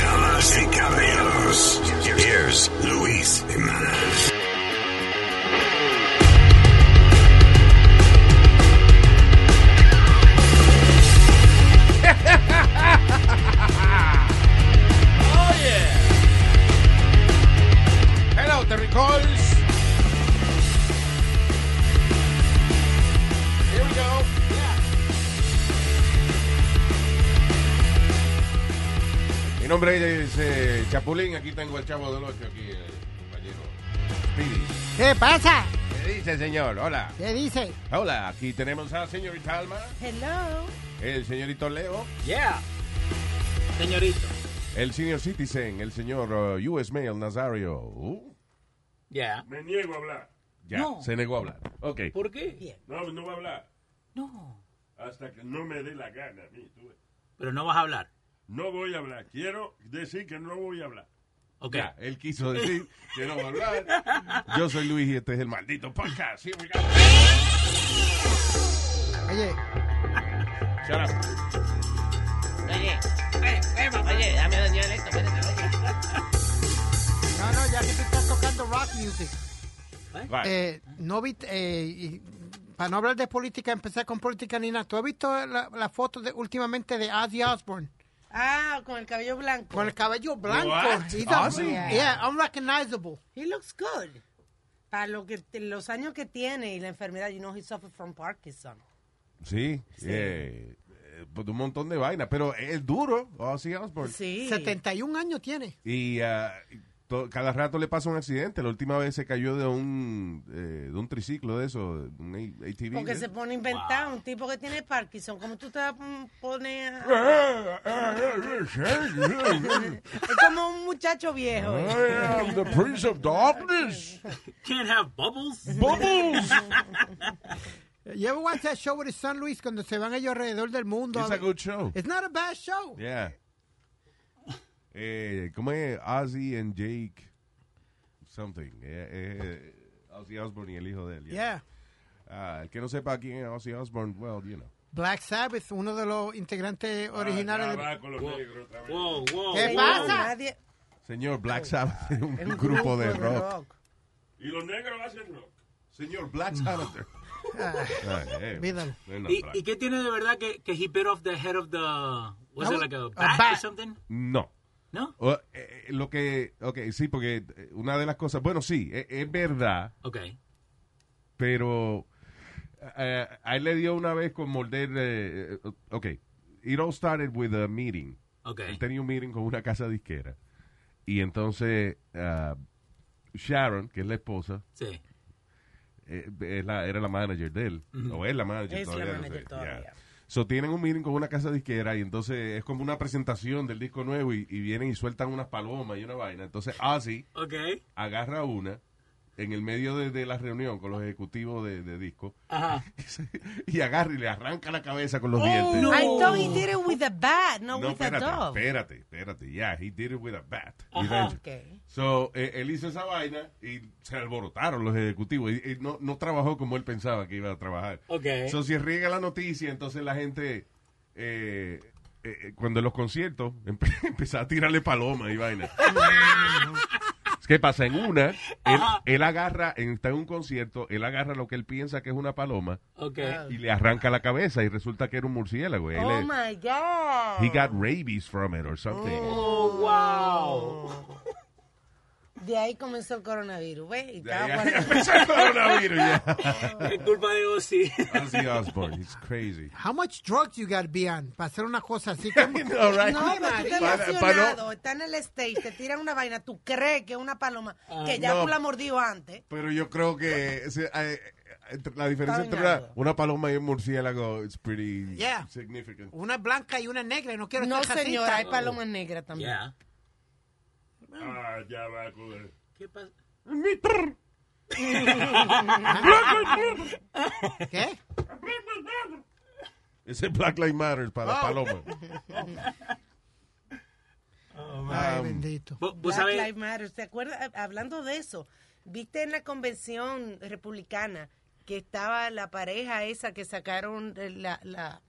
Damas y caballeros, here's Luis Jimenez. Oh yeah! Hello, Terricols! Here we go. Mi nombre es eh, Chapulín, aquí tengo el chavo del 8, aquí eh, el compañero Speedy. ¿Qué pasa? ¿Qué dice, señor? Hola. ¿Qué dice? Hola, aquí tenemos a señorita Alma, Hello. el señorito Leo, Yeah. Señorito. el senior citizen, el señor eh, US Mail Nazario. Uh, Yeah. Me niego a hablar. ya, No. se negó a hablar. Ok. ¿Por qué? No, no voy a hablar. No. Hasta que no me dé la gana a mí. tú ves. Pero no vas a hablar. No voy a hablar. Quiero decir que no voy a hablar. Ok. Ya, él quiso decir que no va a hablar. Yo soy Luis y este es el maldito podcast. Here we go. Oye, Shut up. Oye, oye, oye, papá, oye, dame doña Electo, espérate, oye. no, no, ya que tú estás tocando rock music. Right. Eh, no viste, eh, y- para no hablar de política, empezar con política ni nada. ¿Tú has visto la, la foto de, últimamente de Ozzy Osbourne? Ah, con el cabello blanco. Con el cabello blanco. What? Ah, He's a- Ozzy? Yeah, unrecognizable. He looks good. Para lo que, los años que tiene y la enfermedad, you know, he suffered from Parkinson. Sí, eh, eh, pues, un montón de vainas, pero es duro, Ozzy Osbourne. Sí. 71 años tiene. Y ah, to- cada rato le pasa un accidente. La última vez se cayó de un, eh, de un triciclo de eso, un A- ATV. Porque ¿eh? se pone a inventar un tipo que tiene Parkinson. ¿Cómo tú te vas a pon- poner a- Eh, Es como un muchacho viejo. ¿eh? I am the Prince of Darkness. Can't have bubbles. Bubbles. You ever watch that show with his son Luis cuando se van ellos alrededor del mundo? It's a good show. It's not a bad show. Yeah. Eh, ¿Cómo es Ozzy and Jake? Something. Eh, eh, Ozzy Osbourne y el hijo de él. Yeah. yeah. Ah, el que no sepa quién es Ozzy Osbourne, well, you know. Black Sabbath, uno de los integrantes originales Ah, de... ya va con los negros otra vez. Whoa, whoa. ¿Qué whoa. pasa? Nadie- Señor, Black Sabbath es un, es un grupo de rock. Y los negros hacen rock. Señor, Black Sabbath. Ah, eh, Olvídalo. no, no, ¿Y, Black. ¿Y qué tiene de verdad que, que he bit off the head of the... Was Ah, No, it like a a bat, or bat. something? No. No? O, eh, eh, lo que, ok, sí, porque eh, una de las cosas, bueno, sí, eh, es, verdad, Ok. pero eh, a él le dio una vez con morder, eh, eh, ok, it all started with a meeting. Ok. Él tenía un meeting con una casa disquera. Y entonces ah, Sharon, que es la esposa, Sí. eh, es la- era la manager de él. O es la manager Es la todavía. no manager sé, todavía. ya. So tienen un meeting con una casa disquera y entonces es como una presentación del disco nuevo y, y vienen y sueltan unas palomas y una vaina. Entonces Ozzy Ok. agarra una en el medio de, de la reunión con los ejecutivos de, de disco Ajá. y agarra y le arranca la cabeza con los Oh, dientes. I thought he did it with a bat, not No, with a espérate, dog. espérate, espérate. Yeah, he did it with a bat. Ajá. Revenge. Ok. So, eh, él hizo esa vaina y se alborotaron los ejecutivos. Y, y no, no trabajó como él pensaba que iba a trabajar. Ok. So, si riega la noticia, entonces la gente, eh, eh, eh, cuando en los conciertos, empe- empezaba a tirarle palomas y vaina. ¿Qué pasa? En una, él, él agarra, en- está en un concierto, él agarra lo que él piensa que es una paloma Ok. Ah. y le arranca la cabeza y resulta que era un murciélago. Él Oh es- my God. He got rabies from it or something. Oh, Oh. wow. De ahí comenzó el coronavirus, ¿ves? Y Ya, ya, cada ya cuarenta- empezó el coronavirus, ya. Es culpa de Ozzy. Ozzy Osbourne, he's crazy. How much drugs you gotta be on para hacer una cosa así? ¿Cómo- All right. No, pero tú Para- estás para no- emocionado, está en el stage, te tiran una vaina, tú crees que es una paloma, que ya no. tú la has mordido antes. Pero yo creo que ese- eh, entre- la diferencia entre Está una, dañado. una paloma y un murciélago es pretty Yeah. significant. Una blanca y una negra, y no quiero No, estar racista. señora, hay palomas negras también. Yeah. Ah, ya va con el... ¿Qué pasa? ¿Qué? Ese Black Lives Matter para Oh. Paloma. Ay, bendito. Vos vos Black sabés, Lives Matter. ¿Se acuerda? Ha- Hablando de eso, viste en la convención republicana que estaba la pareja esa que sacaron eh, la- la-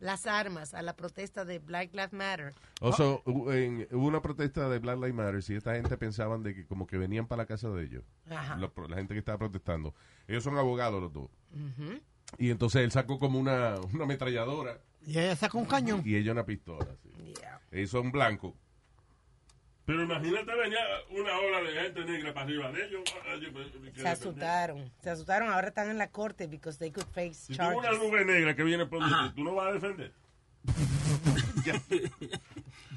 las armas a la protesta de Black Lives Matter. Also, hu- en- hubo una protesta de Black Lives Matter y esta gente pensaban de que como que venían para la casa de ellos. Ajá. Lo- la gente que estaba protestando. Ellos son abogados los dos. Y entonces él sacó como una, una ametralladora Y ella sacó un cañón. y ella una pistola. sí. Yeah. Ellos son blancos. Pero imagínate venía una ola de gente negra para arriba de ellos. Ah, yo, pues, que Se asustaron. Se asustaron. Ahora están en la corte because they could face Si tuvo una charges. nube negra que viene por donde tú, tú no vas a defender.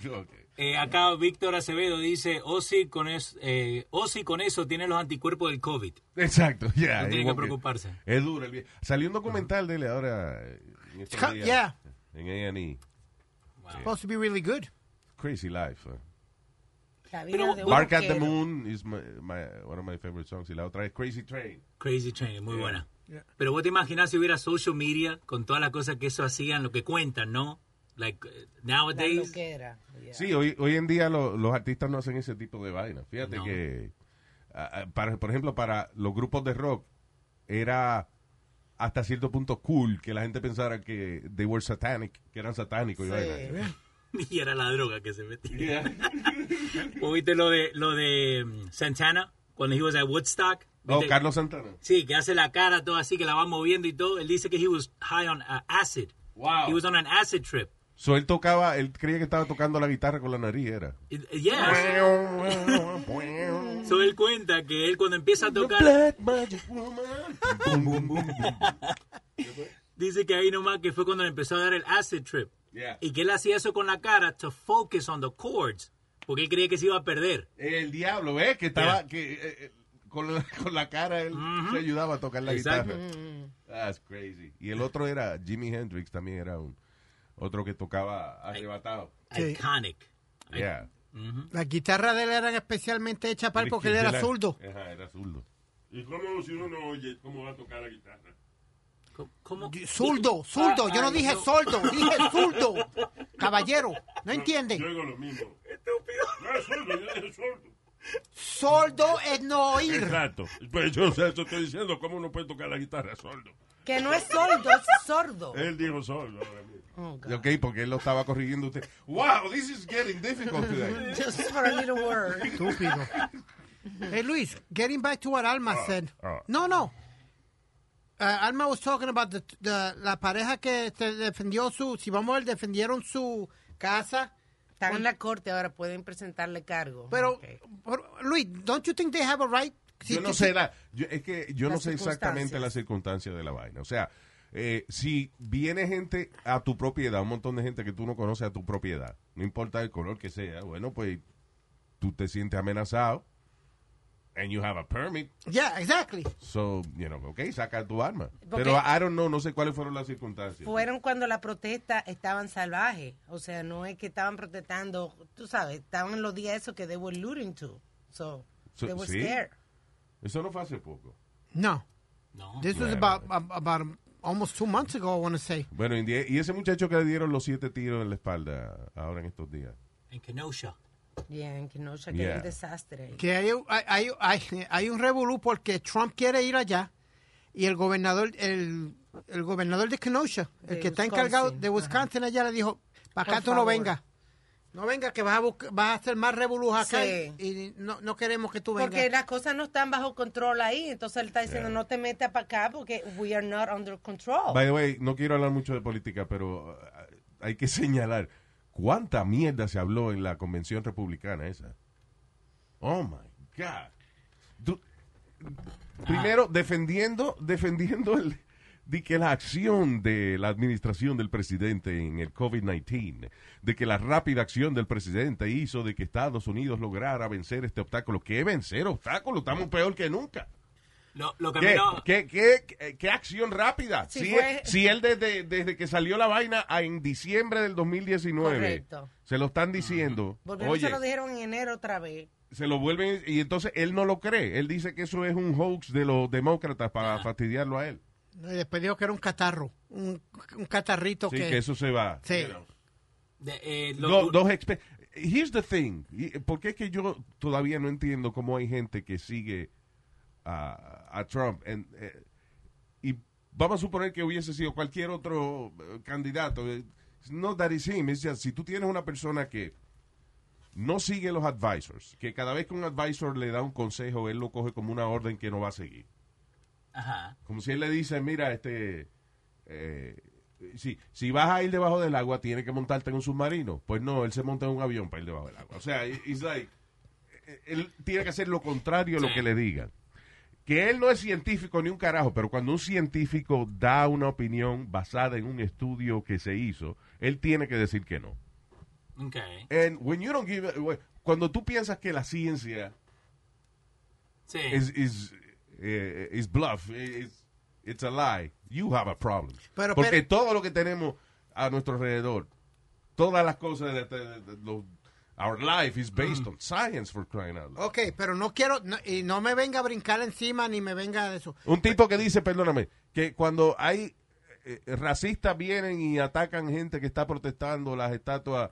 Yo, ok. eh, acá Víctor Acevedo dice, o si con, es, eh, o si con eso tienen los anticuerpos del COVID. Exacto, ya. No tiene igual que preocuparse. Es duro el vie- Salió un documental de él ahora eh, en estos Ja, días, yeah. en A&E. Supposed to be really good. Crazy Life. eh. La vida Pero de un Bark at the arquero. Moon is my, my- one of my favorite songs. Y la otra es Crazy Train. Crazy Train, muy buena. Pero vos te imaginas si hubiera social media con todas las cosas que eso hacían, lo que cuentan, ¿no? Like, eh, La nowadays, loquera. Yeah. Sí, hoy, hoy en día lo- los artistas no hacen ese tipo de vaina. Fíjate No. que, ah, ah, para, por ejemplo, para los grupos de rock era hasta cierto punto cool que la gente pensara que they were satanic, que eran satánicos y vaina. y era la droga que se metía. ¿O viste lo de, lo de mm, Santana, cuando he was at Woodstock? No, ¿Viste? Oh, Carlos Santana. Sí, que hace la cara todo así, que la va moviendo y todo. Él dice que he was high on uh, acid. Wow. He was on an acid trip. So él tocaba, él creía que estaba tocando la guitarra con la nariz, era. It- yes. So él cuenta que él cuando empieza a tocar, Black Magic Woman. Boom, boom, boom, boom. dice que ahí nomás que fue cuando le empezó a dar el acid trip. Yeah. Y que él hacía eso con la cara to focus on the chords, porque él creía que se iba a perder. El diablo, ¿ves? Que estaba, que eh, eh, con, la, con la cara él se ayudaba a tocar la Exacto. Mm, guitarra. That's crazy. Y el otro era Jimi Hendrix, también era un otro que tocaba arrebatado. Sí. Iconic. Yeah. Las guitarras de él eran especialmente hechas para él porque él era zurdo. Ajá, era zurdo. ¿Y cómo si uno no oye cómo va a tocar la guitarra? Co- ¿Cómo? Zurdo, zurdo. Ah, Yo no dije sordo, dije zurdo. Caballero, ¿no entienden? Yo digo lo mismo. Estúpido. No es sordo, yo soy sordo. Sordo es no oír. Exacto. Pues yo o sea, eso estoy diciendo, ¿cómo uno puede tocar la guitarra sordo? Que no es sordo, es sordo. Eh, Él dijo sordo. ahora mismo. Oh, God. Ok, porque él lo estaba corrigiendo usted. Wow, this is getting difficult today. Just for a little word. Estúpido. Hey, Luis, getting back to what Alma Uh, said. No, no. Uh, Alma was talking about the, the- la pareja que se defendió su, si vamos a ver, defendieron su casa. Están en la corte ahora, pueden presentarle cargo. Pero, Ok. por- Luis, don't you think they have a right? Si- yo no si- sé la- yo- es que yo no Las sé exactamente circunstancias. las circunstancias de la vaina. O sea, eh, si viene gente a tu propiedad, un montón de gente que tú no conoces a tu propiedad, no importa el color que sea, bueno, pues tú te sientes amenazado. And you have a permit, Yeah, exactly. so, you know, ok, saca tu arma. Porque- Pero I don't know, no sé cuáles fueron las circunstancias. Fueron cuando la protesta estaban salvajes. O sea, no es que estaban protestando, tú sabes, estaban los días esos que they were looting to. So, So- they were sí. scared. Eso no fue hace poco. No. No. This was Bueno. about, ab- about almost two months ago, I want to say. Bueno, y die- y ese muchacho que le dieron los siete tiros en la espalda ahora en estos días. En Kenosha. Yeah, en Kenosha, que Yeah. era un desastre. ahí. Que hay, hay, hay, hay un revolú porque Trump quiere ir allá y el gobernador, el, el gobernador de Kenosha, el De que está Wisconsin, encargado de Wisconsin allá le dijo, para acá Por tú no favor. vengas. No vengas que vas a, busc- vas a hacer más revolú acá Sí. y no, no queremos que tú vengas. Porque las cosas no están bajo control ahí. Entonces él está diciendo, Yeah. no te metas para acá porque we are not under control. By the way, no quiero hablar mucho de política, pero ah, hay que señalar cuánta mierda se habló en la convención republicana esa. Oh my God. Du- primero, defendiendo, defendiendo el, de que la acción de la administración del presidente en el COVID-19, de que la rápida acción del presidente hizo de que Estados Unidos lograra vencer este obstáculo. ¿Qué vencer obstáculo? Estamos peor que nunca. Lo, lo que a mí ¿Qué, no- qué- qué- qué- qué acción rápida? Sí, Si, fue- si él desde, desde que salió la vaina a- en diciembre del 2019, Correcto. se lo están diciendo, Volvieron, oye, se lo dijeron en enero otra vez. se lo vuelven y entonces él no lo cree. Él dice que eso es un hoax de los demócratas Ah. para fastidiarlo a él. No, Y después dijo que era un catarro, un, un catarrito Sí, que... que eso se va. Sí. De, eh, lo- Do- dos expe- Here's the thing. Y- ¿Por qué es que yo todavía no entiendo cómo hay gente que sigue a, a Trump? En- eh, y vamos a suponer que hubiese sido cualquier otro eh, candidato. Eh, It's not that it's him. It's just, si tú tienes una persona que no sigue los advisors, que cada vez que un advisor le da un consejo, él lo coge como una orden que no va a seguir. Ajá. Como si él le dice, mira, este, eh, si, si vas a ir debajo del agua, tienes que montarte en un submarino. Pues no, él se monta en un avión para ir debajo del agua. O sea, i- it's like, eh, él tiene que hacer lo contrario a lo Sí. que le digan. Que él no es científico ni un carajo, pero cuando un científico da una opinión basada en un estudio que se hizo, él tiene que decir que no. Ok. And when you don't give a- cuando tú piensas que la ciencia Sí. is, is, eh, is bluff, is, it's a lie. You have a problem. Pero, Porque pero- todo lo que tenemos a nuestro alrededor, todas las cosas, de, de- de- lo- our life is based Mm. on science for crying out loud. Ok, pero no quiero, no- y no me venga a brincar encima ni me venga de eso. Un tipo que dice, perdóname, que cuando hay eh, racistas vienen y atacan gente que está protestando las estatuas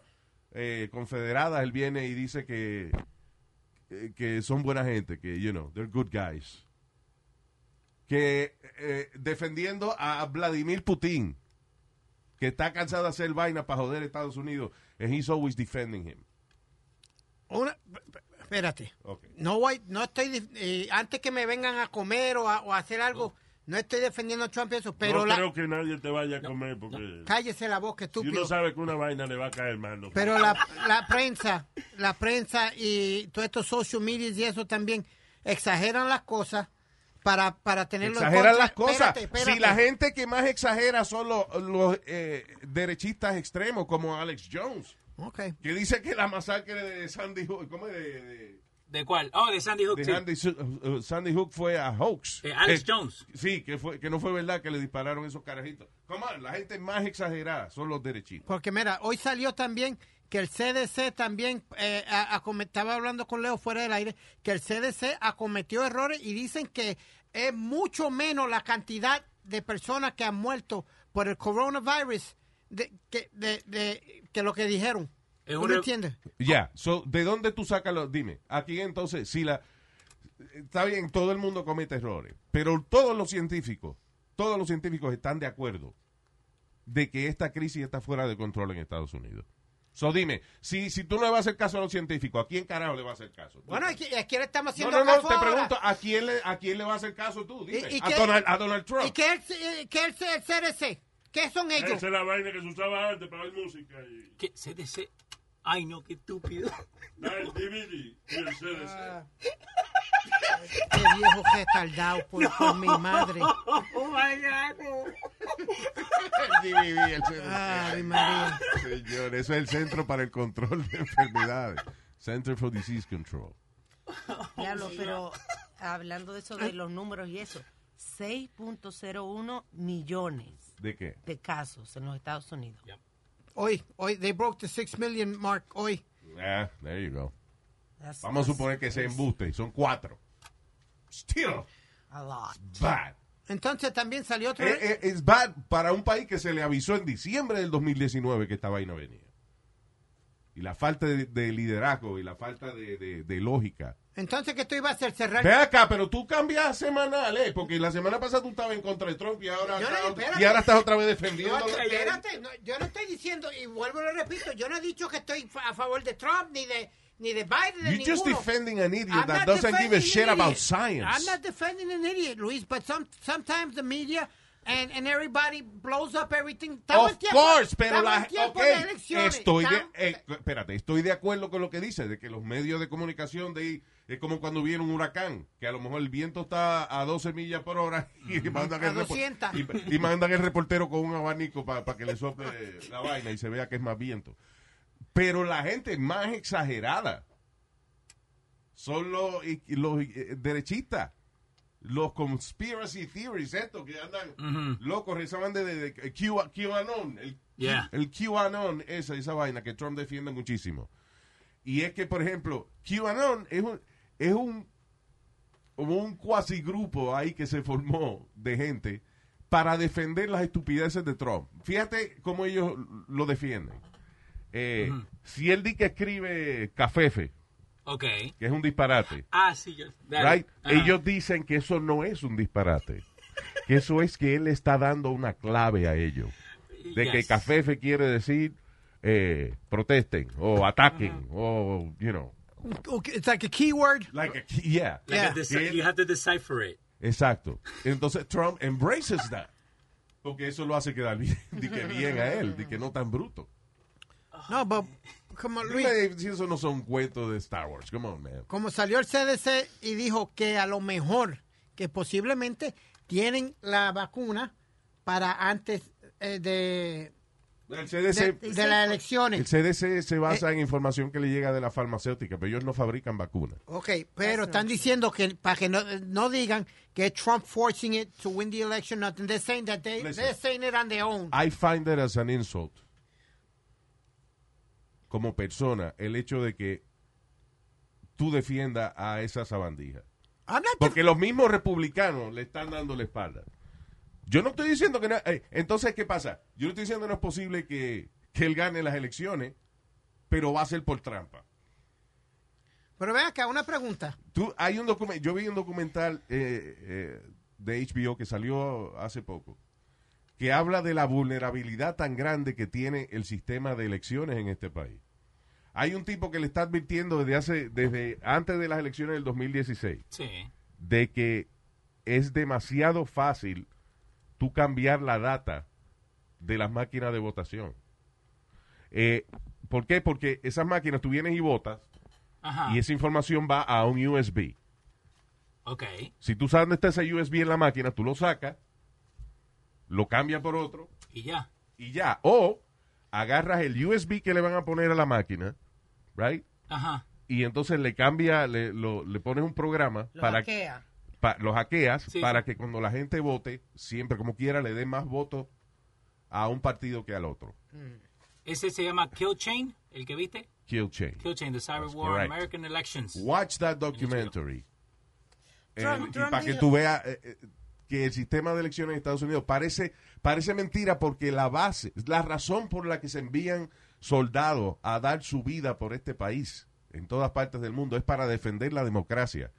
eh, confederadas, él viene y dice que eh, que son buena gente, que, you know, they're good guys. Que eh, defendiendo a Vladimir Putin, que está cansado de hacer vaina para joder a Estados Unidos, and he's always defending him. Una, espérate. Ok. No voy, no estoy, dif- eh, antes que me vengan a comer o a, o a hacer algo, no estoy defendiendo a Trump y eso, pero no la, creo que nadie te vaya a comer porque cállese la si boca, estúpido. uno sabe que una vaina le va a caer mal. ¿no? Pero la, la prensa, la prensa y todos estos social media y eso también exageran las cosas para, para tenerlo en Exageran contra. las cosas. Espérate, espérate. Si la gente que más exagera son los, los, eh, derechistas extremos, como Alex Jones, Ok. que dice que la masacre de Sandy Hook, ¿cómo es? De, de- ¿De cuál? Oh, de Sandy Hook. de sí. Andy Su- uh, Sandy Hook fue a hoax. Eh, Alex Eh, Jones. Sí, que, fue, que no fue verdad que le dispararon esos carajitos. Come on, la gente más exagerada son los derechistas. Porque mira, hoy salió también que el CDC también, eh, a- acome- estaba hablando con Leo fuera del aire, que el CDC acometió errores y dicen que es mucho menos la cantidad de personas que han muerto por el coronavirus de, que, de, de- que lo que dijeron. Es ¿Tú un me re- entiendes? Ya, so, ¿de dónde tú sacas los? Dime, aquí entonces, si la... Está bien, todo el mundo comete errores, pero todos los científicos, todos los científicos están de acuerdo de que esta crisis está fuera de control en Estados Unidos. So, dime, si, si tú no le vas a hacer caso a los científicos, ¿a quién carajo le vas a hacer caso? Bueno, aquí, aquí le no, estamos haciendo no, no, caso te ahora. pregunto, ¿a quién le, a quién le vas a hacer caso tú? Dime, ¿Y- y a, qué- Donald, a Donald Trump. ¿Y qué es eh, qué es el CDC? ¿Qué son ellos? Esa es la vaina que se usaba antes para ver música y ¿Qué? CDC. Ay, no, qué estúpido. Ah, el DVD y el CDC. Ah. Qué viejo retardado por, por mi madre. Oh, my God. Ay, María. Señor, eso es el Centro para el Control de Enfermedades. Center for Disease Control. Diablo, pero hablando de eso, de los números y eso, 6.01 millones ¿De qué? de casos en los Estados Unidos. Hoy, hoy, they broke the 6 million mark hoy. Ah, there you go. That's- Vamos a that's- suponer que se embuste. Son cuatro. Still A lot. bad. Eh, Entonces también salió otro. Es bad para un país que se le avisó en diciembre del 2019 que esta vaina venía. Y la falta de, de liderazgo y la falta de, de- de lógica. Entonces, ¿qué tú ibas a hacer? Cerrar. Ve acá, pero tú cambias semanal, ¿eh? Porque la semana pasada tú estabas en contra de Trump y ahora, Yo no, estás- espérate. y ahora estás otra vez No, defendiendo. espérate, no, yo no estoy diciendo, y vuelvo y lo repito, yo no he dicho que estoy fa- a favor de Trump, ni de, ni de Biden, de You're ninguno. just defending an idiot I'm that not doesn't give a defending shit an idiot. about science. I'm not defending an idiot, Luis, but some, sometimes the media and, and everybody blows up everything. Estamos en Of tiempo- course, pero estamos en la tiempo ok, de elecciones. estoy de, Estamos- eh, espérate, estoy de acuerdo con lo que dice de que los medios de comunicación de ahí es como cuando viene un huracán, que a lo mejor el viento está a 12 millas por hora y mandan A el repor- 200. y- y mandan el reportero con un abanico para que le sople la vaina y se vea que es más viento. Pero la gente más exagerada son los, los eh, derechistas los conspiracy theories, estos que andan locos, rezaban de, de, de Q- QAnon, el, Yeah. el QAnon, esa, esa vaina que Trump defiende muchísimo. Y es que, por ejemplo, QAnon es un, es un como un cuasi grupo ahí que se formó de gente para defender las estupideces de Trump. Fíjate cómo ellos lo defienden. Eh, Si él di que escribe cafefe, Ok. que es un disparate, Ah, sí, yo. dale. Ah, right? Ajá. ellos dicen que eso no es un disparate, que eso es que él está dando una clave a ellos, de que Yes. cafefe quiere decir eh, protesten o ataquen o, you know, Okay, It's like a keyword. like a- yeah. Like Yeah. a deci- You have to decipher it. Exacto. Entonces Trump embraces that. Porque eso lo hace quedar bien, di que bien a él, de que no tan bruto. No, but como Luis, Dime si eso no son cuentos de Star Wars. Come on, man. como salió el CDC y dijo que a lo mejor, que posiblemente tienen la vacuna para antes eh, de, El de, CDC, de las elecciones. el CDC se basa en información que le llega de la farmacéutica, pero ellos no fabrican vacunas. Ok, pero están diciendo que para que no, no digan que Trump forcing it to win the election, nothing. They're saying that they, Listen. Ah, they're saying it on their own. I find that as an insult. Como persona, el hecho de que tú defiendas a esa sabandija. I'm not Porque los mismos republicanos le están dando la espalda. Yo no estoy diciendo que no. eh, entonces, ¿qué pasa? Yo no estoy diciendo que no es posible que, que él gane las elecciones, pero va a ser por trampa. Pero ven acá, una pregunta. Tú, hay un documental. Yo vi un documental eh, eh, de HBO que salió hace poco que habla de la vulnerabilidad tan grande que tiene el sistema de elecciones en este país. Hay un tipo que le está advirtiendo desde hace, desde antes de las elecciones del 2016. Sí. de que es demasiado fácil tú cambiar la data de las máquinas de votación. Eh, ¿Por qué? Porque esas máquinas tú vienes y votas Ajá. y esa información va a un USB. Ok. Si tú sabes dónde está ese USB en la máquina, tú lo sacas, lo cambias por otro Y ya. y ya. O agarras el USB que le van a poner a la máquina, ¿right? Ajá. Y entonces le cambia, le, lo- le pones un programa Lo para que hackea. pa- los hackeas Sí. para que cuando la gente vote, siempre como quiera, le dé más votos a un partido que al otro. Ese se llama Kill Chain, el que viste. Kill Chain. Kill Chain, the cyber That's war, correct. American elections. Watch that documentary. Eh, Trump- y Trump para que dijo- tú veas eh, eh, que el sistema de elecciones en Estados Unidos parece, parece mentira porque la base, la razón por la que se envían soldados a dar su vida por este país en todas partes del mundo es para defender la democracia.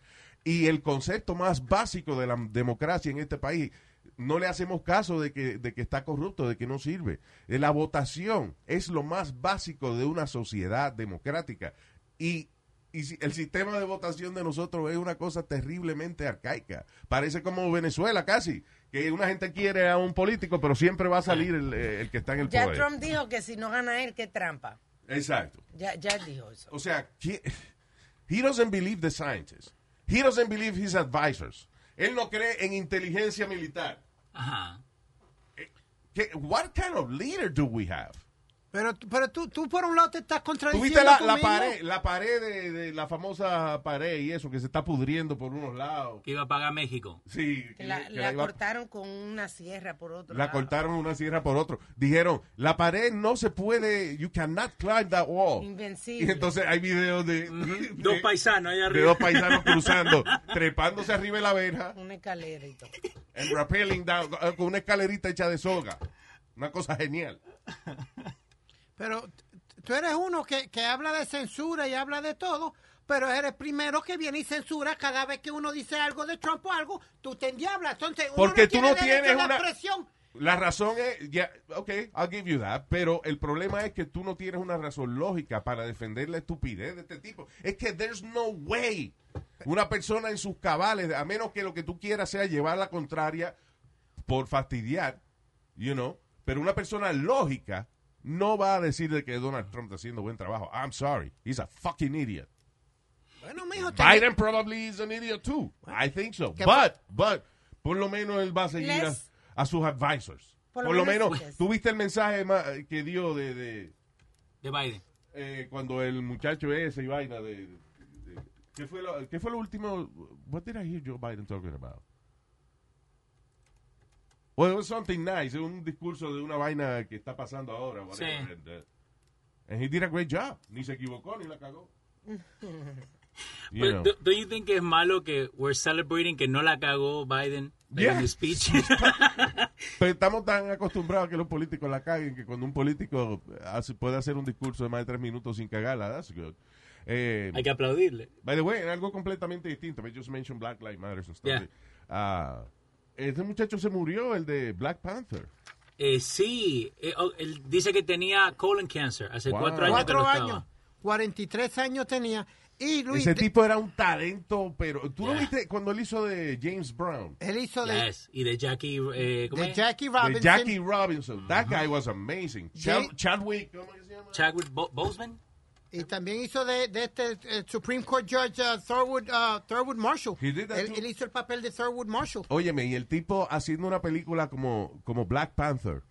Y el concepto más básico de la democracia en este país, no le hacemos caso de que, de que está corrupto, de que no sirve. Eh, La votación es lo más básico de una sociedad democrática. Y y si- el sistema de votación de nosotros es una cosa terriblemente arcaica. Parece como Venezuela casi, que una gente quiere a un político, pero siempre va a salir el, eh, el que está en el Ya poder. Trump dijo que si no gana él, que trampa. Exacto. Ya, ya dijo eso. O sea, he, he doesn't believe the scientists. He doesn't believe his advisors. Él no cree en inteligencia militar. Ajá. ¿Qué- what kind of leader do we have? Pero, pero tú, tú por un lado te estás contradiciendo Tuviste la, tú la mismo. pared, la pared de, de la famosa pared y eso que se está pudriendo por unos lados. Que iba a pagar México. Sí, Que la, que la iba- cortaron con una sierra por otro La lado. cortaron una sierra por otro. Dijeron, la pared no se puede, you cannot climb that wall. Invencible. Y entonces hay videos de, de- Dos paisanos allá de arriba. dos paisanos cruzando, trepándose arriba de la verja, Una escalera y todo. and rappelling down, con una escalerita hecha de soga. Una cosa genial. Pero t- tú eres uno que, que habla de censura y habla de todo, pero eres primero que viene y censura cada vez que uno dice algo de Trump o algo, tú te endiablas. Entonces, uno Porque tú no tiene derecho tienes a la una- presión. La razón es, ya, ok, I'll give you that, pero el problema es que tú no tienes una razón lógica para defender la estupidez de este tipo. Es que there's no way una persona en sus cabales, a menos que lo que tú quieras sea llevar la contraria por fastidiar, you know, pero una persona lógica no va a decir de que Donald Trump está haciendo buen trabajo. I'm sorry, he's a fucking idiot. Bueno, mijo, te- Biden probably is an idiot too. I think so. ¿Qué But, but, por lo menos él va a seguir a, Les- a sus advisors. Por lo, menos, tuviste el mensaje ma- eh, que dio de, de, De Biden. eh, cuando el muchacho ese y vaina de, de- de- ¿qué, fue lo, ¿Qué fue lo último? What did I hear Joe Biden talking about? Well, it was something nice, un discurso de una vaina que está pasando ahora. whatever, Sí. And, uh, and he did a great job. Ni se equivocó, ni la cagó. You But know. do, don't you think que es malo que we're celebrating que no la cagó Biden like, Yeah. in his speech? Pero estamos tan acostumbrados a que los políticos la caguen que cuando un político hace- puede hacer un discurso de más de tres minutos sin cagarla, that's good. Eh, Hay que aplaudirle. By the way, en algo completamente distinto, I just mentioned Black Lives Matter and stuff. Yeah. Ah, ese muchacho se murió, el de Black Panther. Eh, sí, eh, oh, él dice que tenía colon cancer hace Wow. cuatro años. que Cuatro no estaba. años. 43 años tenía. Y Luis, Ese de- tipo era un talento, pero tú lo Yeah. viste cuando él hizo de James Brown, él hizo de, Yes, Y de Jackie. eh, ¿cómo de es? Jackie de Robinson. Jackie Robinson. That guy was amazing. Chad- Ja- Chadwick, ¿cómo que se llama? Chadwick Bo- Boseman. Y también hizo de, de este eh, Supreme Court Judge uh, Thurwood, uh, Thurwood Marshall. He did that Él, too. Oh. él hizo el papel de Thurwood Marshall. Óyeme, y el tipo haciendo una película como, como Black Panther,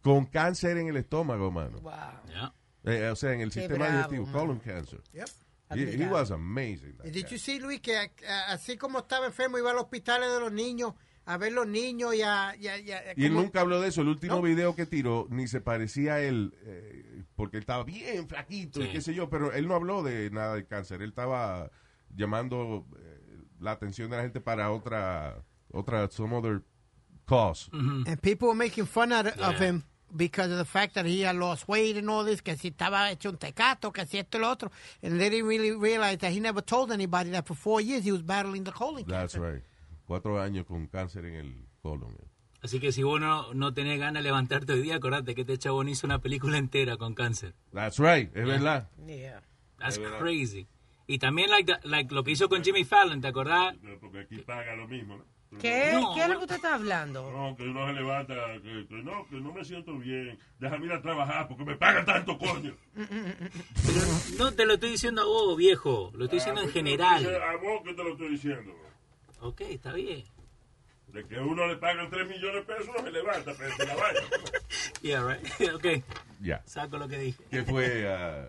con cáncer en el estómago, mano. Wow. Yeah. Eh, o sea, en el Qué sistema bravo, digestivo, mano. colon cancer. Yep. He, he was amazing. that Y did guy. you see, Luis, que eh, así como estaba enfermo, iba a los hospitales de los niños a ver los niños y a... Y, a- y a- Y él como- nunca habló de eso. El último No. video que tiró ni se parecía a él, eh, porque él estaba bien flaquito y Sí. qué sé yo, pero él no habló de nada del cáncer. Él estaba llamando eh, la atención de la gente para otra, otra, some other cause. Mm. And people were making fun out of, Yeah. him because of the fact that he had lost weight and all this, que si estaba hecho un tecato, que si esto y lo otro. And they didn't really realize that he never told anybody that for four years he was battling the colon That's cancer. right. Cuatro años con cáncer en el colon. Así que si vos no, no tenés ganas de levantarte hoy día, acordate que este chabón hizo una película entera con cáncer. That's right. Es verdad. Yeah. That's crazy. Y también like, the- like lo que hizo con Jimmy Fallon, ¿te acordás? No, Porque aquí paga lo mismo, ¿no? ¿Qué, No, ¿Qué es lo bueno. que usted está hablando? No, que uno se levanta, que, que no, que no me siento bien. Déjame ir a trabajar porque me pagan tanto, coño. No te lo estoy diciendo a vos, viejo. Lo estoy diciendo en general. A vos que te lo estoy diciendo. Ok, está bien. De que uno le pagan 3 millones de pesos, uno se levanta, pero se la vaya. Yeah, right. Ok, Ya. saco lo que dije. ¿Qué fue? ah,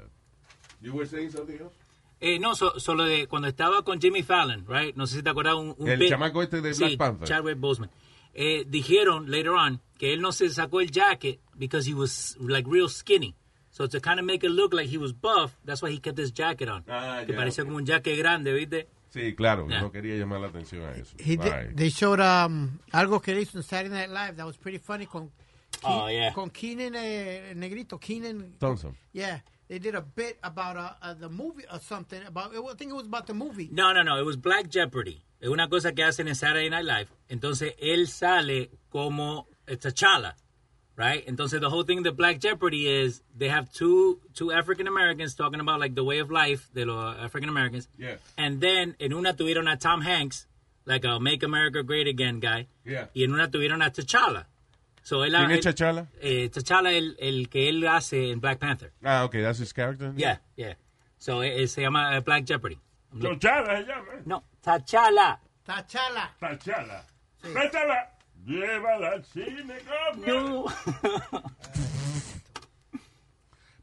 you were saying something else? Eh, no, so- solo de cuando estaba con Jimmy Fallon, right? No sé si te acordás un, un El bit- chamaco este de Black Sí, Panther. Chadwick Boseman. Eh, dijeron later on que él no se sacó el jacket because he was like real skinny. So to kind of make it look like he was buff, that's why he kept his jacket on. Ah, que ya, parecía ok. como un jacket grande, ¿viste? Sí, claro. Yeah. No quería llamar la atención a eso. He did- Right. they showed um, algo que hizo en Saturday Night Live that was pretty funny con, Ke- Oh, yeah. con Keenan eh, Negrito. Keenan, Thompson. yeah, they did a bit about uh, uh, the movie or something. About I think it was about the movie. No, no, no, it was Black Jeopardy. Es una cosa que hacen en Saturday Night Live. Entonces él sale como eh, T'Challa, right? Entonces the whole thing the Black Jeopardy is they have two two African Americans talking about like the way of life de los African Americans. Yeah. And then en una tuvieron a Tom Hanks, like a Make America Great Again guy. Yeah. Y en una tuvieron a T'Challa. So él, ¿Quién él- es T'Challa? eh, T'Challa el, el que él hace en Black Panther. Ah, ok. That's his character. Yeah, yeah. So eh, eh, se llama eh, Black Jeopardy. Chochala se llama, ¿eh? No, T'Challa. Tachala. Tachala. Préstala. Llévala al cine, compra. No.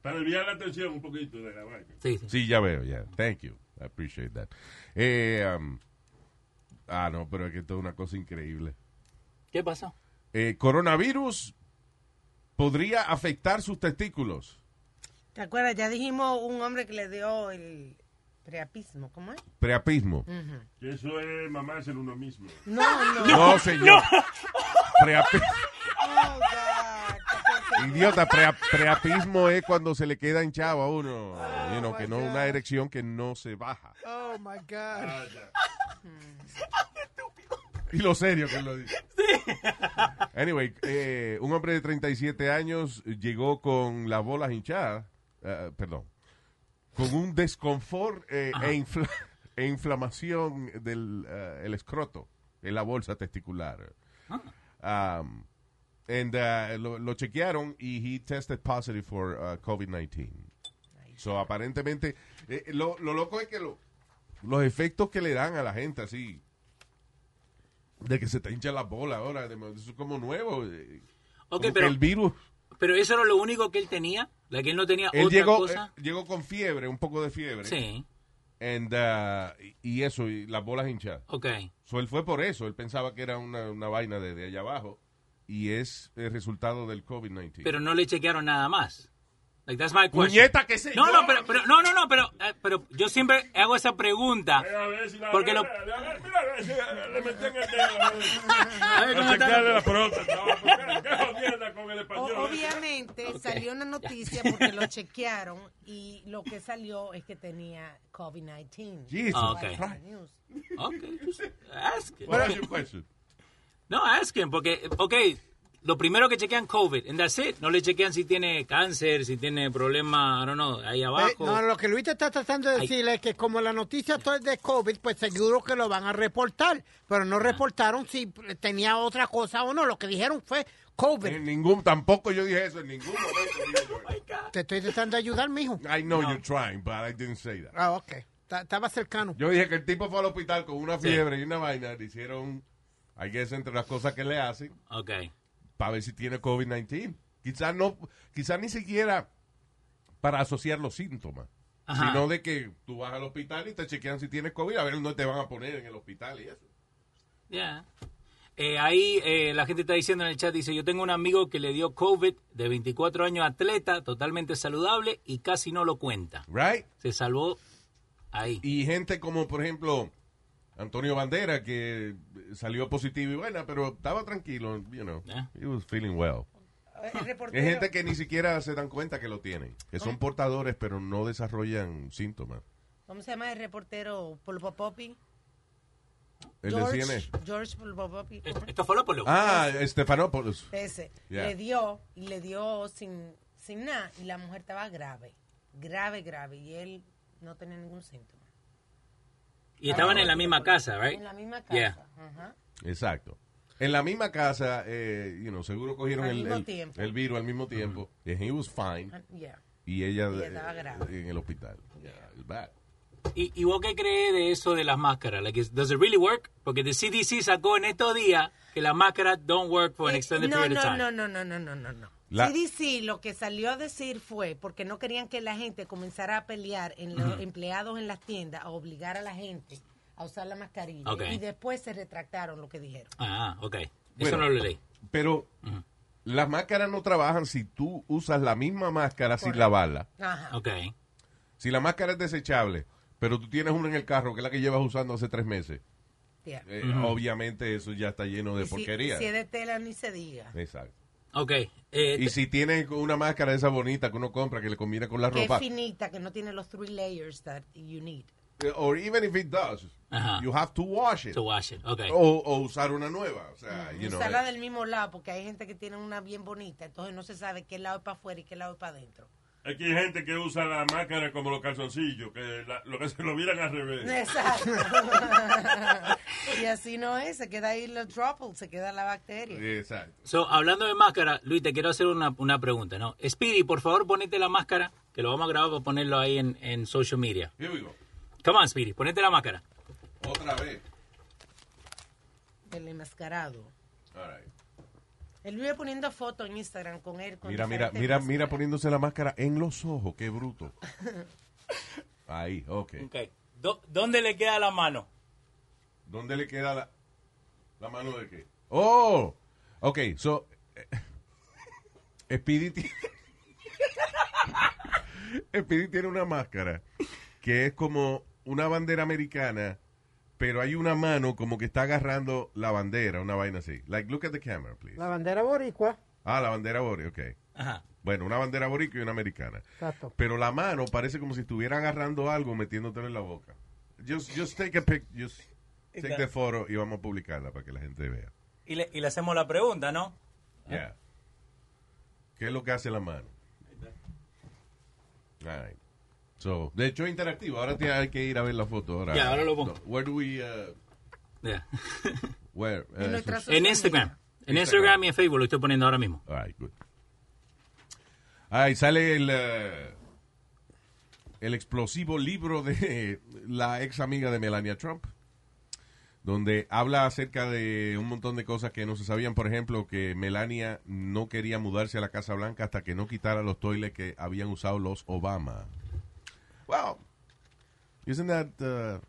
Para desviar la atención un poquito de la vaina. Sí, sí. Sí, ya veo, ya. Thank you. I appreciate that. Eh, um, ah, no, pero es que esto es una cosa increíble. ¿Qué pasó? Eh, coronavirus podría afectar sus testículos. ¿Te acuerdas? Ya dijimos un hombre que le dio el preapismo. ¿Cómo es? Preapismo. Que eso es mamárselo uno mismo. No, no. No, señor. Preapi- Oh, God. Idiota, prea- preapismo es cuando se le queda hinchado a uno. you know, que no Oh, una erección que no se baja. Oh my God. Y lo serio que lo dice. Anyway, eh, un hombre de 37 años llegó con las bolas hinchadas, eh, perdón, con un desconfort eh, e, infla- e inflamación del eh, el escroto, en la bolsa testicular. Um, and, uh, lo, lo chequearon y he tested positive for uh, COVID-19. So, aparentemente, eh, lo, lo loco es que lo- los efectos que le dan a la gente así, de que se te hincha la bola ahora, de- eso es como nuevo. eh, Ok, como que pero, el virus. pero eso era lo único que él tenía. La que él no tenía Él otra llegó, cosa. eh, llegó con fiebre, un poco de fiebre. Sí, And, uh, y- y eso, y las bolas hinchadas. ok. So, él fue por eso. Él pensaba que era una, una vaina de, de allá abajo. Y es el resultado del COVID-19. Pero no le chequearon nada más. Like, that's my question. Puñeta, qué sé No, yo. no, pero, pero- no, no, no, pero, eh, pero yo siempre hago esa pregunta. A ver si la Porque lo- Mira, mira, le metían el dedo. a ver. A ver cómo A está. checarle la próstata. ¿Qué qué jodienda con el O- español? obviamente salió una noticia porque lo chequearon y lo que salió es que tenía COVID-19. Jesus Ah, ok. Christ. News. Okay, just ask him. What was your pues. question? pues, No, ask him, porque, ok, lo primero que chequean COVID, and that's it. No le chequean si tiene cáncer, si tiene problema, I don't know, ahí Eh, abajo. No, lo que Luis te está tratando de Ah, Ay. decir es que como la noticia todo es de COVID, pues seguro que lo van a reportar, pero no reportaron si tenía otra cosa o no. Lo que dijeron fue En COVID. ningún, tampoco yo dije eso, en ningún momento. dije yo Te estoy tratando de ayudar, mijo. eso. I know you're trying, but I didn't say that. Ah, ok. Ta- Estaba cercano. Yo dije que el tipo fue al hospital con una fiebre y una vaina. Le hicieron, I guess, entre las cosas que le hacen, Ok. para ver si tiene COVID-19. Quizás no, quizás ni siquiera para asociar los síntomas. Ajá. Sino de que tú vas al hospital y te chequean si tienes COVID, a ver no te van a poner en el hospital y eso. Yeah. Eh, ahí eh, la gente está diciendo en el chat, dice, yo tengo un amigo que le dio COVID de 24 años, atleta, totalmente saludable y casi no lo cuenta. Right? Se salvó ahí. Y gente como, por ejemplo, Antonio Bandera, que salió positivo y buena, pero estaba tranquilo, you know, Yeah. he was feeling well. Eh, El Es reportero- gente que ni siquiera se dan cuenta que lo tienen, que son portadores, pero no desarrollan síntomas. ¿Cómo se llama el reportero Pulpo Popi? El de George, CNN. George Pulpo Popi. Esto esto fue lo por lo- Ah, Estefanopoulos. Ese. Yeah. Le dio, y le dio sin, sin nada, y la mujer estaba grave. Grave, grave. Y él no tenía ningún síntoma. Y estaban en la misma casa, right? En la misma casa. Yeah. Ajá. Exacto. En la misma casa, eh, you know, seguro cogieron Al el, mismo el- tiempo. el virus al mismo tiempo. And he was fine. Ah, yeah. Y ella, Y estaba eh, grave. en el hospital. Yeah, it's bad. ¿Y, ¿Y vos qué crees de eso de las máscaras? Like, is- does it really work? Porque the CDC sacó en estos días que las máscaras don't work for an Eh, extended no, period of no, time. no, no, no, no, no, no, no. La- CDC lo que salió a decir fue porque no querían que la gente comenzara a pelear en los empleados en las tiendas a obligar a la gente a usar la mascarilla. Ok. Y después se retractaron lo que dijeron. Ah, ok. Eso Bueno. no lo leí. Pero las máscaras no trabajan si tú usas la misma máscara sin lavarla. Ajá. Ok. Si la máscara es desechable, pero tú tienes una en el carro que es la que llevas usando hace tres meses, yeah. eh, obviamente eso ya está lleno de Y si- porquería. Si es de tela, ni se diga. Exacto. Ok. Eh, Y si tienes una máscara de esa bonita que uno compra que le combina con la Que es ropa, finita, que no tiene los three layers that you need. eh, or even if it does, Ajá. you have to wash it. to wash it. Ok. o, o usar una nueva. O sea, you know, Usarla eh, del mismo lado, porque hay gente que tiene una bien bonita, entonces no se sabe qué lado es para afuera y qué lado es para adentro. Aquí hay gente que usa la máscara como los calzoncillos, que la- lo que se lo miran al revés. Exacto. y así no es, se queda ahí los dropples, se queda la bacteria. Exacto. So, hablando de máscara, Luis, te quiero hacer una, una pregunta, ¿no? Speedy, por favor, ponete la máscara, que lo vamos a grabar para ponerlo ahí en, en social media. Here we go. Come on, Speedy, ponete la máscara. Otra vez. El enmascarado. All right. Él vive poniendo fotos en Instagram con él. Con Mira, mira, diferentes mira, máscaras. mira poniéndose la máscara en los ojos. Qué bruto. Ahí, ok. Ok. Do- ¿Dónde le queda la mano? ¿Dónde le queda la, la mano de qué? Oh, ok, so. eh, Speedy tiene. Speedy tiene una máscara que es como una bandera americana, pero hay una mano como que está agarrando la bandera, una vaina así. Like, look at the camera, please. La bandera boricua. Ah, la bandera boricua, ok. Ajá. Bueno, una bandera boricua y una americana. Exacto. Pero la mano parece como si estuviera agarrando algo metiéndotelo en la boca. Just, just take a pic, just take the photo y vamos a publicarla para que la gente vea. Y le, hacemos la pregunta, ¿no? Yeah. ¿Qué es lo que hace la mano? All right. So, de hecho, es interactivo. Ahora tiene hay que ir a ver la foto. Ahora, Ya, ahora lo pongo. No, Where do we, uh, where? uh, En nuestra so- en Instagram. En Instagram y en Facebook lo estoy poniendo ahora mismo. All right, good. All right, sale el, uh, el explosivo libro de la ex amiga de Melania Trump, donde habla acerca de un montón de cosas que no se sabían. Por ejemplo, que Melania no quería mudarse a la Casa Blanca hasta que no quitara los toiles que habían usado los Obama. Wow. Isn't that, uh,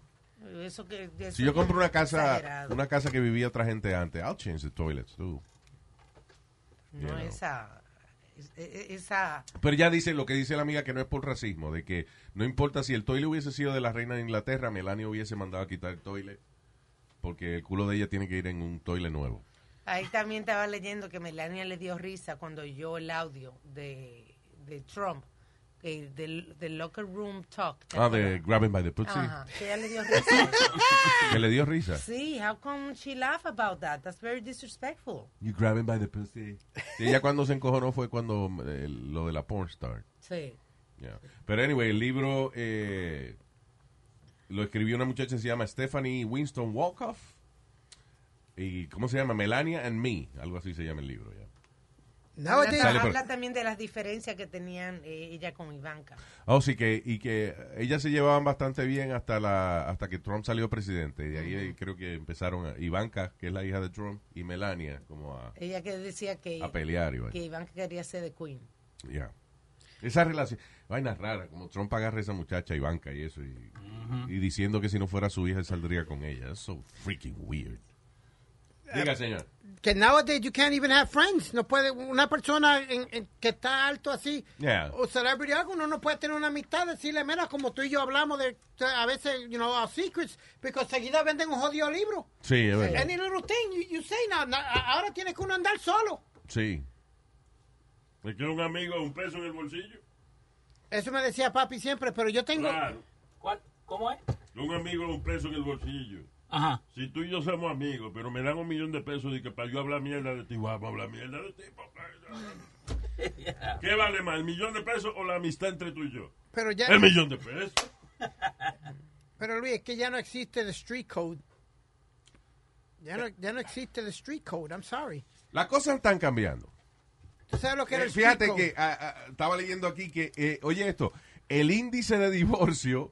Eso que, eso si yo compro una casa, exagerado. una casa que vivía otra gente antes, I'll change the toilets too. No esa e- e- esa... Pero ya dice lo que dice la amiga que no es por racismo, de que no importa si el toile hubiese sido de la reina de Inglaterra, Melania hubiese mandado a quitar el toile porque el culo de ella tiene que ir en un toile nuevo. Ahí también estaba leyendo que Melania le dio risa cuando oyó el audio de, de Trump, eh, del, del locker room talk. ¿te Ah, de acuerdas? Grabbing by the Pussy. Ajá, que ella le dio risa. Que le dio risa. sí, how come she laugh about that? That's very disrespectful. You grabbing by the pussy. Y ella cuando se encojonó fue cuando eh, lo de la porn star. Sí. Yeah. Pero anyway, el libro eh, lo escribió una muchacha que se llama Stephanie Winston Walkoff. ¿Y cómo se llama? Melania and Me. Algo así se llama el libro. ya. Nowadays, Sale habla por- habla también de las diferencias que tenían eh, ella con Ivanka. Oh, sí, que, y que ellas se llevaban bastante bien hasta la hasta que Trump salió presidente. Y de ahí eh, creo que empezaron a- Ivanka, que es la hija de Trump, y Melania, como a, Ella que decía que, a pelear. pues. Y vaina. que Ivanka quería ser de Queen. Ya. Esa relación, vaina rara, como Trump agarra a esa muchacha Ivanka y eso, y, y diciendo que si no fuera su hija él saldría con ella. That's so freaking weird. Diga, señor. que nowadays you can't even have friends. No puede, una persona en- en- que está alto así, Yeah. o celebrity algo, uno no puede tener una amistad, decirle, mira, como tú y yo hablamos de, de- a veces, you know, our secrets, porque seguida venden un jodido libro. Sí, es verdad. Any little thing you, you say now, na- a- ahora tienes que uno andar solo. Sí. Me quiero un amigo, un peso en el bolsillo. Eso me decía papi siempre, pero yo tengo... Claro. ¿Cuál? ¿Cómo es? Un amigo, un peso en el bolsillo. Ajá. Si tú y yo somos amigos, pero me dan un millón de pesos y que para yo hablar mierda de ti, vamos a hablar mierda de ti. papá. ¿Qué vale más, el millón de pesos o la amistad entre tú y yo? Pero ya, El millón de pesos. pero Luis, es que ya no existe el street code. Ya no, ya no existe el street code, I'm sorry. Las cosas están cambiando. ¿Tú sabes lo que era Eh, el street Fíjate code? que ah, ah, estaba leyendo aquí que, eh, oye esto, el índice de divorcio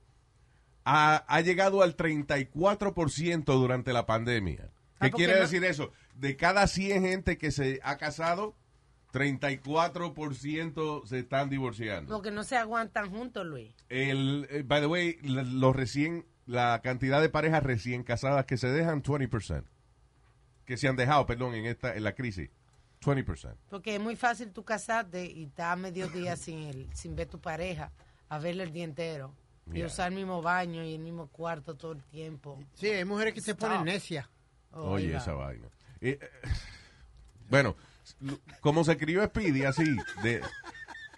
ha, ha llegado al 34% durante la pandemia. ¿Qué Ah, porque quiere no- decir eso? De cada 100 gente que se ha casado, 34% se están divorciando. Porque no se aguantan juntos, Luis. El, eh, by the way, la- los recién, la cantidad de parejas recién casadas que se dejan, 20%. Que se han dejado, perdón, en, esta, en la crisis, 20%. Porque es muy fácil tú casarte y estar a mediodía sin, el, sin ver tu pareja, a verle el día entero. Y Yeah. usar el mismo baño y el mismo cuarto todo el tiempo. Sí, hay mujeres que se ponen necias. Oh, Oye, ahí va. esa vaina. Eh, eh, bueno, lo- como se crió Speedy así, de,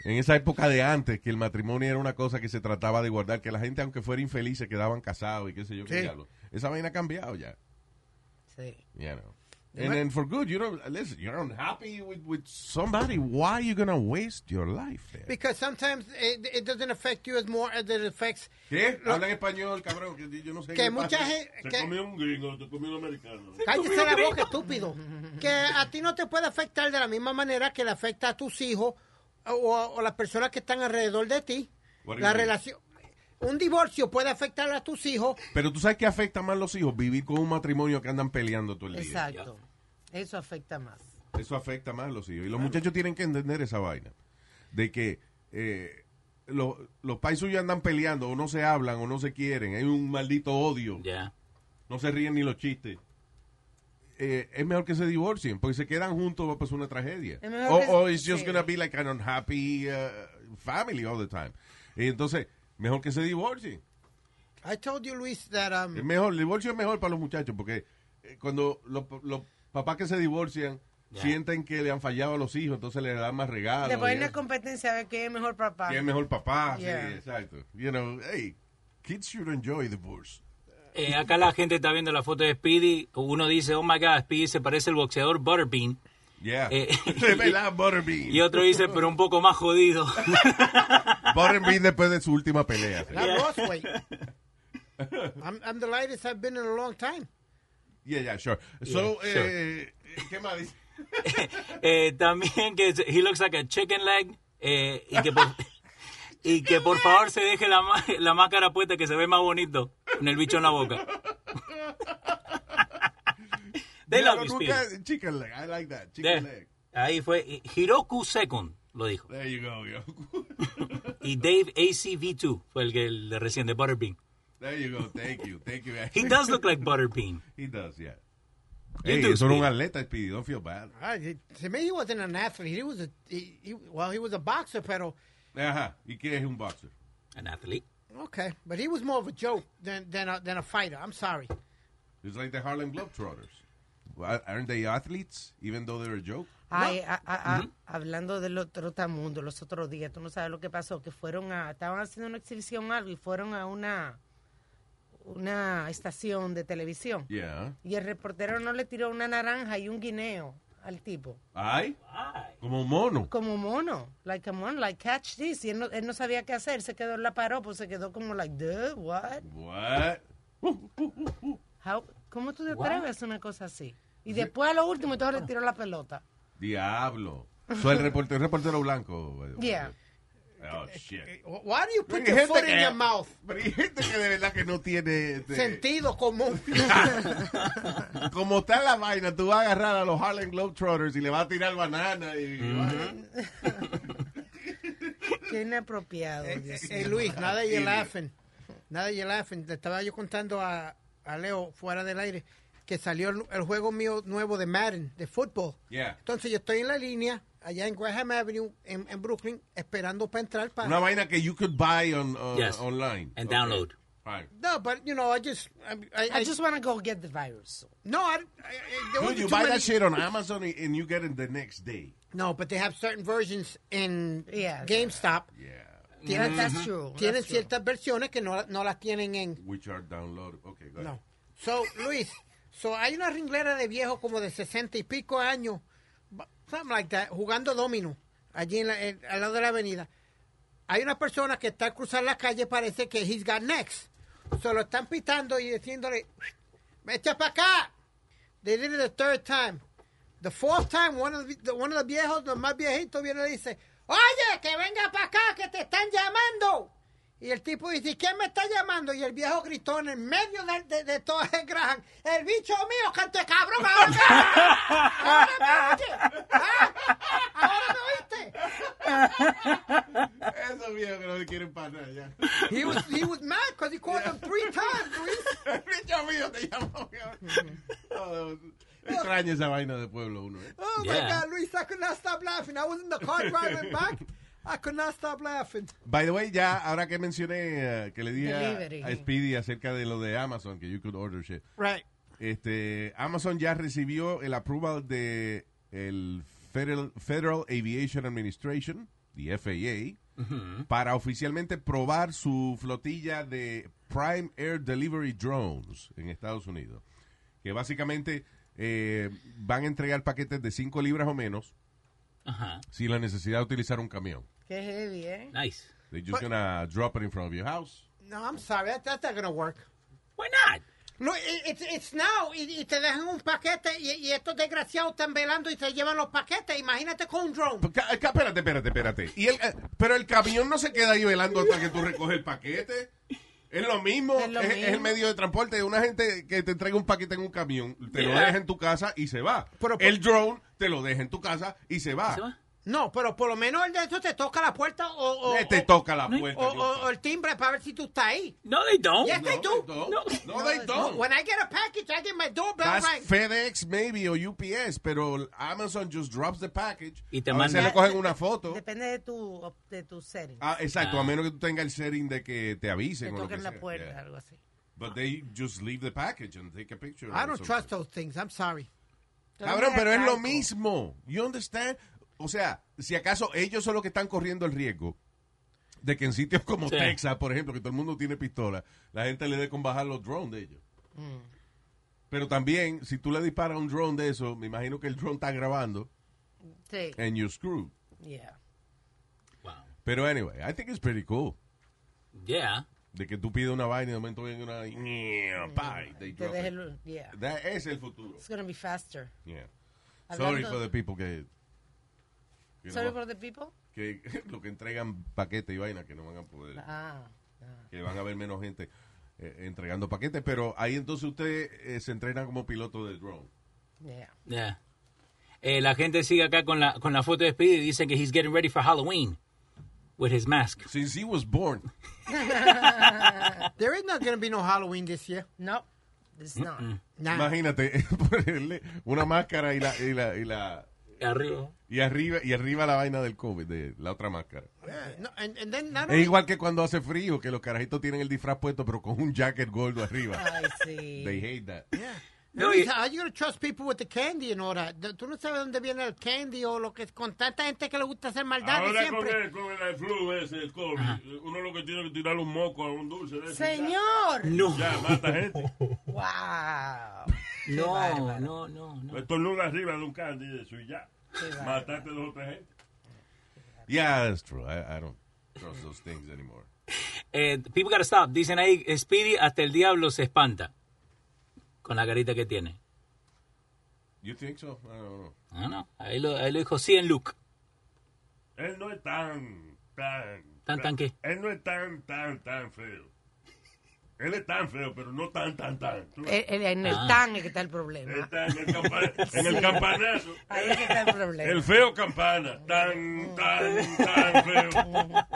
en esa época de antes, que el matrimonio era una cosa que se trataba de guardar, que la gente, aunque fuera infeliz, se quedaban casados y qué sé yo qué Sí. diablo. Esa vaina ha cambiado ya. Sí. You know. And then for good, you don't, listen, you're unhappy with, with somebody, why you gonna waste your life there? Because sometimes it, it doesn't affect you as more as it affects ¿Qué? Hablan español, cabrón, que yo no sé qué que mucha pasa. gente Se que, comió un gringo, te comió un americano. cállese la boca estúpido que a ti no te puede afectar de la misma manera que le afecta a tus hijos o, o las personas que están alrededor de ti What do la you mean? relación un divorcio puede afectar a tus hijos Pero tú sabes que afecta más los hijos vivir con un matrimonio que andan peleando todo el día. Exacto. Eso afecta más. Eso afecta más a los hijos. Y los muchachos tienen que entender esa vaina. De que eh, los, los pais suyos andan peleando, o no se hablan, o no se quieren. Hay un maldito odio. Ya. No se ríen ni los chistes. Eh, es mejor que se divorcien, porque se quedan juntos va a pasar una tragedia. Es mejor O que- o it's just sí. gonna be like an unhappy uh, family all the time. Y entonces, mejor que se divorcien. I told you Luis that um, Es mejor, el divorcio es mejor para los muchachos porque eh, cuando los, los papás que se divorcian sienten que le han fallado a los hijos, entonces le dan más regalos. Le y ponen una eso. competencia a ver quién es mejor papá. Que es mejor papá, Yeah. sí, exacto. You know, hey, kids should enjoy divorce. Eh, acá la gente está viendo la foto de Speedy. Uno dice, oh my God, Speedy se parece al boxeador Butterbean. Yeah. Eh, Es verdad, Butterbean. Y otro dice, pero un poco más jodido. Butterbean después de su última pelea. sí. I lost pues. weight I'm, I'm the lightest I've been in a long time Yeah, yeah, sure. So, Yeah, eh, ¿qué más dice? Eh, también que he looks like a chicken leg. eh, y, que por, y que por favor se deje la, ma- la máscara puesta que se ve más bonito con el bicho en la boca. They Yeah, love you, no, Speedy. nunca- Chicken leg, I like that. Yeah. Chicken leg. Ahí fue eh, Hiroku Second, lo dijo. There you go, yo. Y Dave ACV2 fue el, que, el de recién de Butterbean. There you go, thank you, thank you. He does look like Butterbean. He does, yeah. Hey, do eso era un speak. atleta, Speedy. Don't feel bad. Ah, he- to me, he wasn't an athlete. He was a he, he, well, he was a boxer, pero Ajá. ¿Y quién es un boxer? An athlete. okay, but he was more of a joke than than a, than a fighter. I'm sorry. It's like the Harlem Globetrotters. Well, aren't they athletes, even though they're a joke? Ay, a- a- a- Hablando del otro tamundo, los otros días, tú no sabes lo que pasó, que fueron a, estaban haciendo una exhibición algo y fueron a una, una estación de televisión. Yeah. Y el reportero no le tiró una naranja y un guineo al tipo. Ay. Como un mono. Como mono, like a mono, like catch this. Y él no, él no sabía qué hacer, se quedó, la paró, pues se quedó como like, duh, what? What? How- ¿Cómo tú te atreves a hacer una cosa así? Y después a lo último, entonces le tiró la pelota. Diablo. Soy el reportero, reportero blanco. by the way. Yeah. Oh, shit. Why do you Pero put hay your foot gente in que- your mouth? pero hay gente que de verdad que no tiene... este, Sentido común. como está la vaina, tú vas a agarrar a los Harlem Globetrotters y le vas a tirar banana y... Qué inapropiado. Dios hey, Luis, now that you're laughing, now that you're laughing, le estaba yo contando a, a Leo fuera del aire que salió el, el juego mío nuevo de Madden, de fútbol. Yeah. Entonces yo estoy en la línea, allá en Graham Avenue, en, en Brooklyn, esperando para entrar para... Una vaina que you could buy on, on- Yes. online. And Okay. download. Right. No, but you know, I just, I, I, I just want to go get the virus. no, I, I- I- there Dude, wasn't you too buy many- that shit on Amazon and- and you get it the next day. No, but they have certain versions in Yeah. GameStop. Yeah. That- that's true. Tienen that's true. ciertas versiones que no, no las tienen en. Which are downloaded. Okay, go ahead. No. So, Luis, so hay una ringlera de viejos como de sesenta y pico años, bu- something like that, jugando domino, allí en la- en- al lado de la avenida. Hay una persona que está al cruzar la calle, parece que he's got next. Se lo están pitando y diciéndole, ¡Echa para acá! They did it the third time. The fourth time, one of the, the- one of the viejos, los más viejitos, viene y le dice, oye, que venga para acá, que te están llamando. Y el tipo dice, ¿quién me está llamando? Y el viejo gritó en el medio de, de, de todo el gran, el bicho mío, canto de cabrón, ahora me, ahora me oye, ¿Ah? ahora me oíste. Esos viejos que no le quieren pasar ya. He was, he was mad because he called him three times, Luis. Richard mío te llamó. Oh, Extraña esa vaina de pueblo uno. eh. Oh my Yeah. God, Luis, I could not stop laughing. I was in the car driving back. I could not stop laughing. By the way, ya ahora que mencioné, eh, que le dije Delivery. a, a Speedy acerca de lo de Amazon, que you could order shit. Right. Este, Amazon ya recibió el approval de el Federal, Federal Aviation Administration, the FAA, para oficialmente probar su flotilla de Prime Air Delivery Drones en Estados Unidos. Que básicamente eh, van a entregar paquetes de 5 libras o menos Ajá. sin la necesidad de utilizar un camión. Qué heavy, ¿eh? Nice. They're just gonna drop it in front of your house. No, I'm sorry. That, that's not going to work. Why not? No, eh, it- it's, it's now. Y, y te dejan un paquete y, y estos desgraciados están velando y te llevan los paquetes. Imagínate con un drone. Ca- ca- Espérate, espérate, espérate. Y el, eh, pero el camión no se queda ahí velando hasta que tú recoges el paquete. Es lo mismo, es, Es lo es el mismo. medio de transporte. Una gente que te entrega un paquete en un camión, te lo Yeah. deja en tu casa y se va. Pero- el drone te lo deja en tu casa y se va. Ah. ¿Se va? No, pero por lo menos el de esos te toca la puerta o, o, Eh, te o- toca la no, puerta. o- Dios. o- o el timbre para ver si tú estás ahí. No, they don't. Yes, they do. No, ¿este No. no, they don't. When I get a package, I get my doorbell That's right. FedEx maybe o UPS, pero Amazon just drops the package. Y te a veces manda- le cogen una foto. Depende de tu, de tu setting. Ah, exacto, Ah. a menos que tú tengas el setting de que te avisen. Te o lo que tocan la sea. puerta, Yeah. algo así. But they just leave the package and take a picture. I or don't something. trust those things. I'm sorry. Cabrón, pero es lo Franco. mismo. You understand? O sea, si acaso ellos son los que están corriendo el riesgo de que en sitios como Sí. Texas, por ejemplo, que todo el mundo tiene pistola, la gente le dé con bajar los drones de ellos. Pero también, si tú le disparas a un drone de eso, me imagino que el drone está grabando Sí, and you screwed. yeah. Wow. Pero anyway, I think it's pretty cool. Yeah. De que tú pides una vaina y de momento viene una... y- pa, y they Te drop deja it. el- yeah. That es el futuro. It's gonna be faster. Yeah. Hablando- Sorry for the people que... que no Sorry va- for the people. que lo que entregan paquetes y vaina que no van a poder, Ah, ah. que van a haber menos gente eh, entregando paquetes, pero ahí entonces usted eh, se entrena como piloto de drone. yeah. Yeah. Eh, la gente sigue acá con la, con la foto de Speedy. Dicen que he's getting ready for Halloween with his mask. Since he was born. There is not going to be no Halloween this year. No. It's not. Ah. Nah. Imagínate, ponerle una máscara y la, y la, y la, Arriba. y arriba, y arriba la vaina del COVID, de la otra máscara. No, and, and then not Es only- igual que cuando hace frío, que los carajitos tienen el disfraz puesto, pero con un jacket gordo arriba. Ay, sí. They hate that. No, Luis, y- how you gonna trust people with the candy and all that? Tú no sabes dónde viene el candy o lo que con tanta gente que le gusta hacer maldad Ahora con siempre. el, con el flu ese, el COVID, uno lo que tiene que tirar un moco a un dulce de ese, Señor. No, Ya, ya, mata gente. Wow. no, no, no, no. Estornuda arriba de un candy de eso y ya. Mataste dos o tres gente. Yeah, that's true. I, I don't trust those things anymore. Eh, people gotta stop. Dicen ahí, Speedy hasta el diablo se espanta con la carita que tiene. You think so? I don't know. No, no. Ahí lo, ahí lo dijo en Luke. Él no es tan, tan. ¿Tan, tan qué? Él no es tan, tan, tan feo. Él es tan feo, pero no tan, tan, tan. Tú- El- el- en Ah. el tan es que está el problema. Está en el, campa- en el campanazo. Ahí es que está el problema. El feo campana. Tan, tan, tan feo.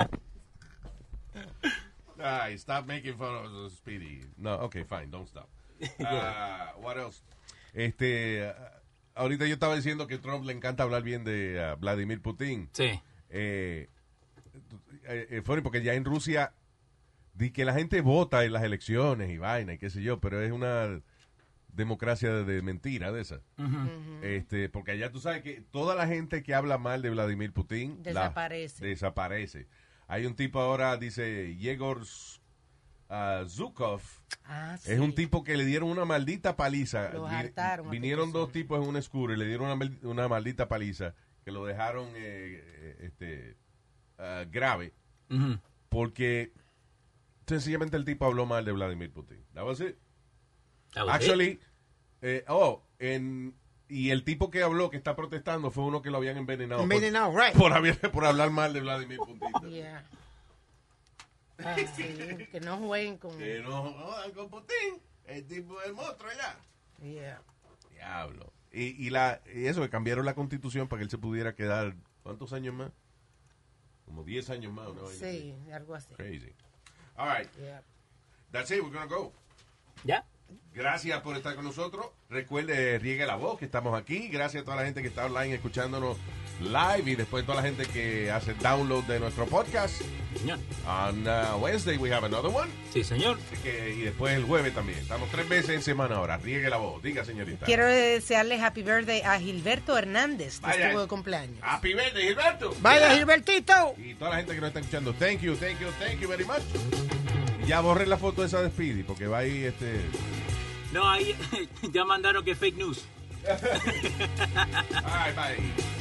Ay, stop making fun of Speedy. No, okay, fine, don't stop. Ah, what else? Este, ah, ahorita yo estaba diciendo que Trump le encanta hablar bien de ah, Vladimir Putin. Sí. Eh, eh, eh, funny, porque ya en Rusia di que la gente vota en las elecciones y vaina y qué sé yo, pero es una democracia de, de mentira de esa. Este, porque allá tú sabes que toda la gente que habla mal de Vladimir Putin la- Desaparece. desaparece. Hay un tipo ahora, dice Yegor Z- ah, Zukov. Ah, sí. Es un tipo que le dieron una maldita paliza. Lo Vi- hartaron a Vinieron picos. dos tipos en un escuro y le dieron una, mal- una maldita paliza que lo dejaron eh, eh, este, ah, grave Ujú. porque sencillamente el tipo habló mal de Vladimir Putin. That was it. That was it. Actually, eh, oh, en- y el tipo que habló, que está protestando, fue uno que lo habían Ah, envenenado. por- Envenenado, right. Por, haber- por hablar mal de Vladimir Putin. Yeah. Ah, sí, que no jueguen con. Que no jodan con Putin, el tipo es el monstruo allá. Yeah. Diablo. Y, y la, y eso, que cambiaron la constitución para que él se pudiera quedar, ¿cuántos años más? Como 10 años más. una vaina así. Sí, algo así. Crazy. All right, Yeah. that's it, we're gonna go. ¿Ya? Gracias por estar con nosotros. Recuerde, riegue la voz que estamos aquí. Gracias a toda la gente que está online escuchándonos live y después toda la gente que hace download de nuestro podcast. Señor. On uh, Wednesday we have another one. Sí, señor. Así que- y después el jueves también. Estamos tres veces en semana ahora. Riegue la voz. Diga, señorita. Quiero desearle happy birthday a Gilberto Hernández, que Vaya. Ah. estuvo de cumpleaños. Happy birthday, Gilberto. Vaya, Gilbertito. Y toda la gente que nos está escuchando. Thank you, thank you, thank you very much. Ya borré la foto esa de Speedy porque va ahí este... No, ahí ya mandaron que fake news. All right, bye.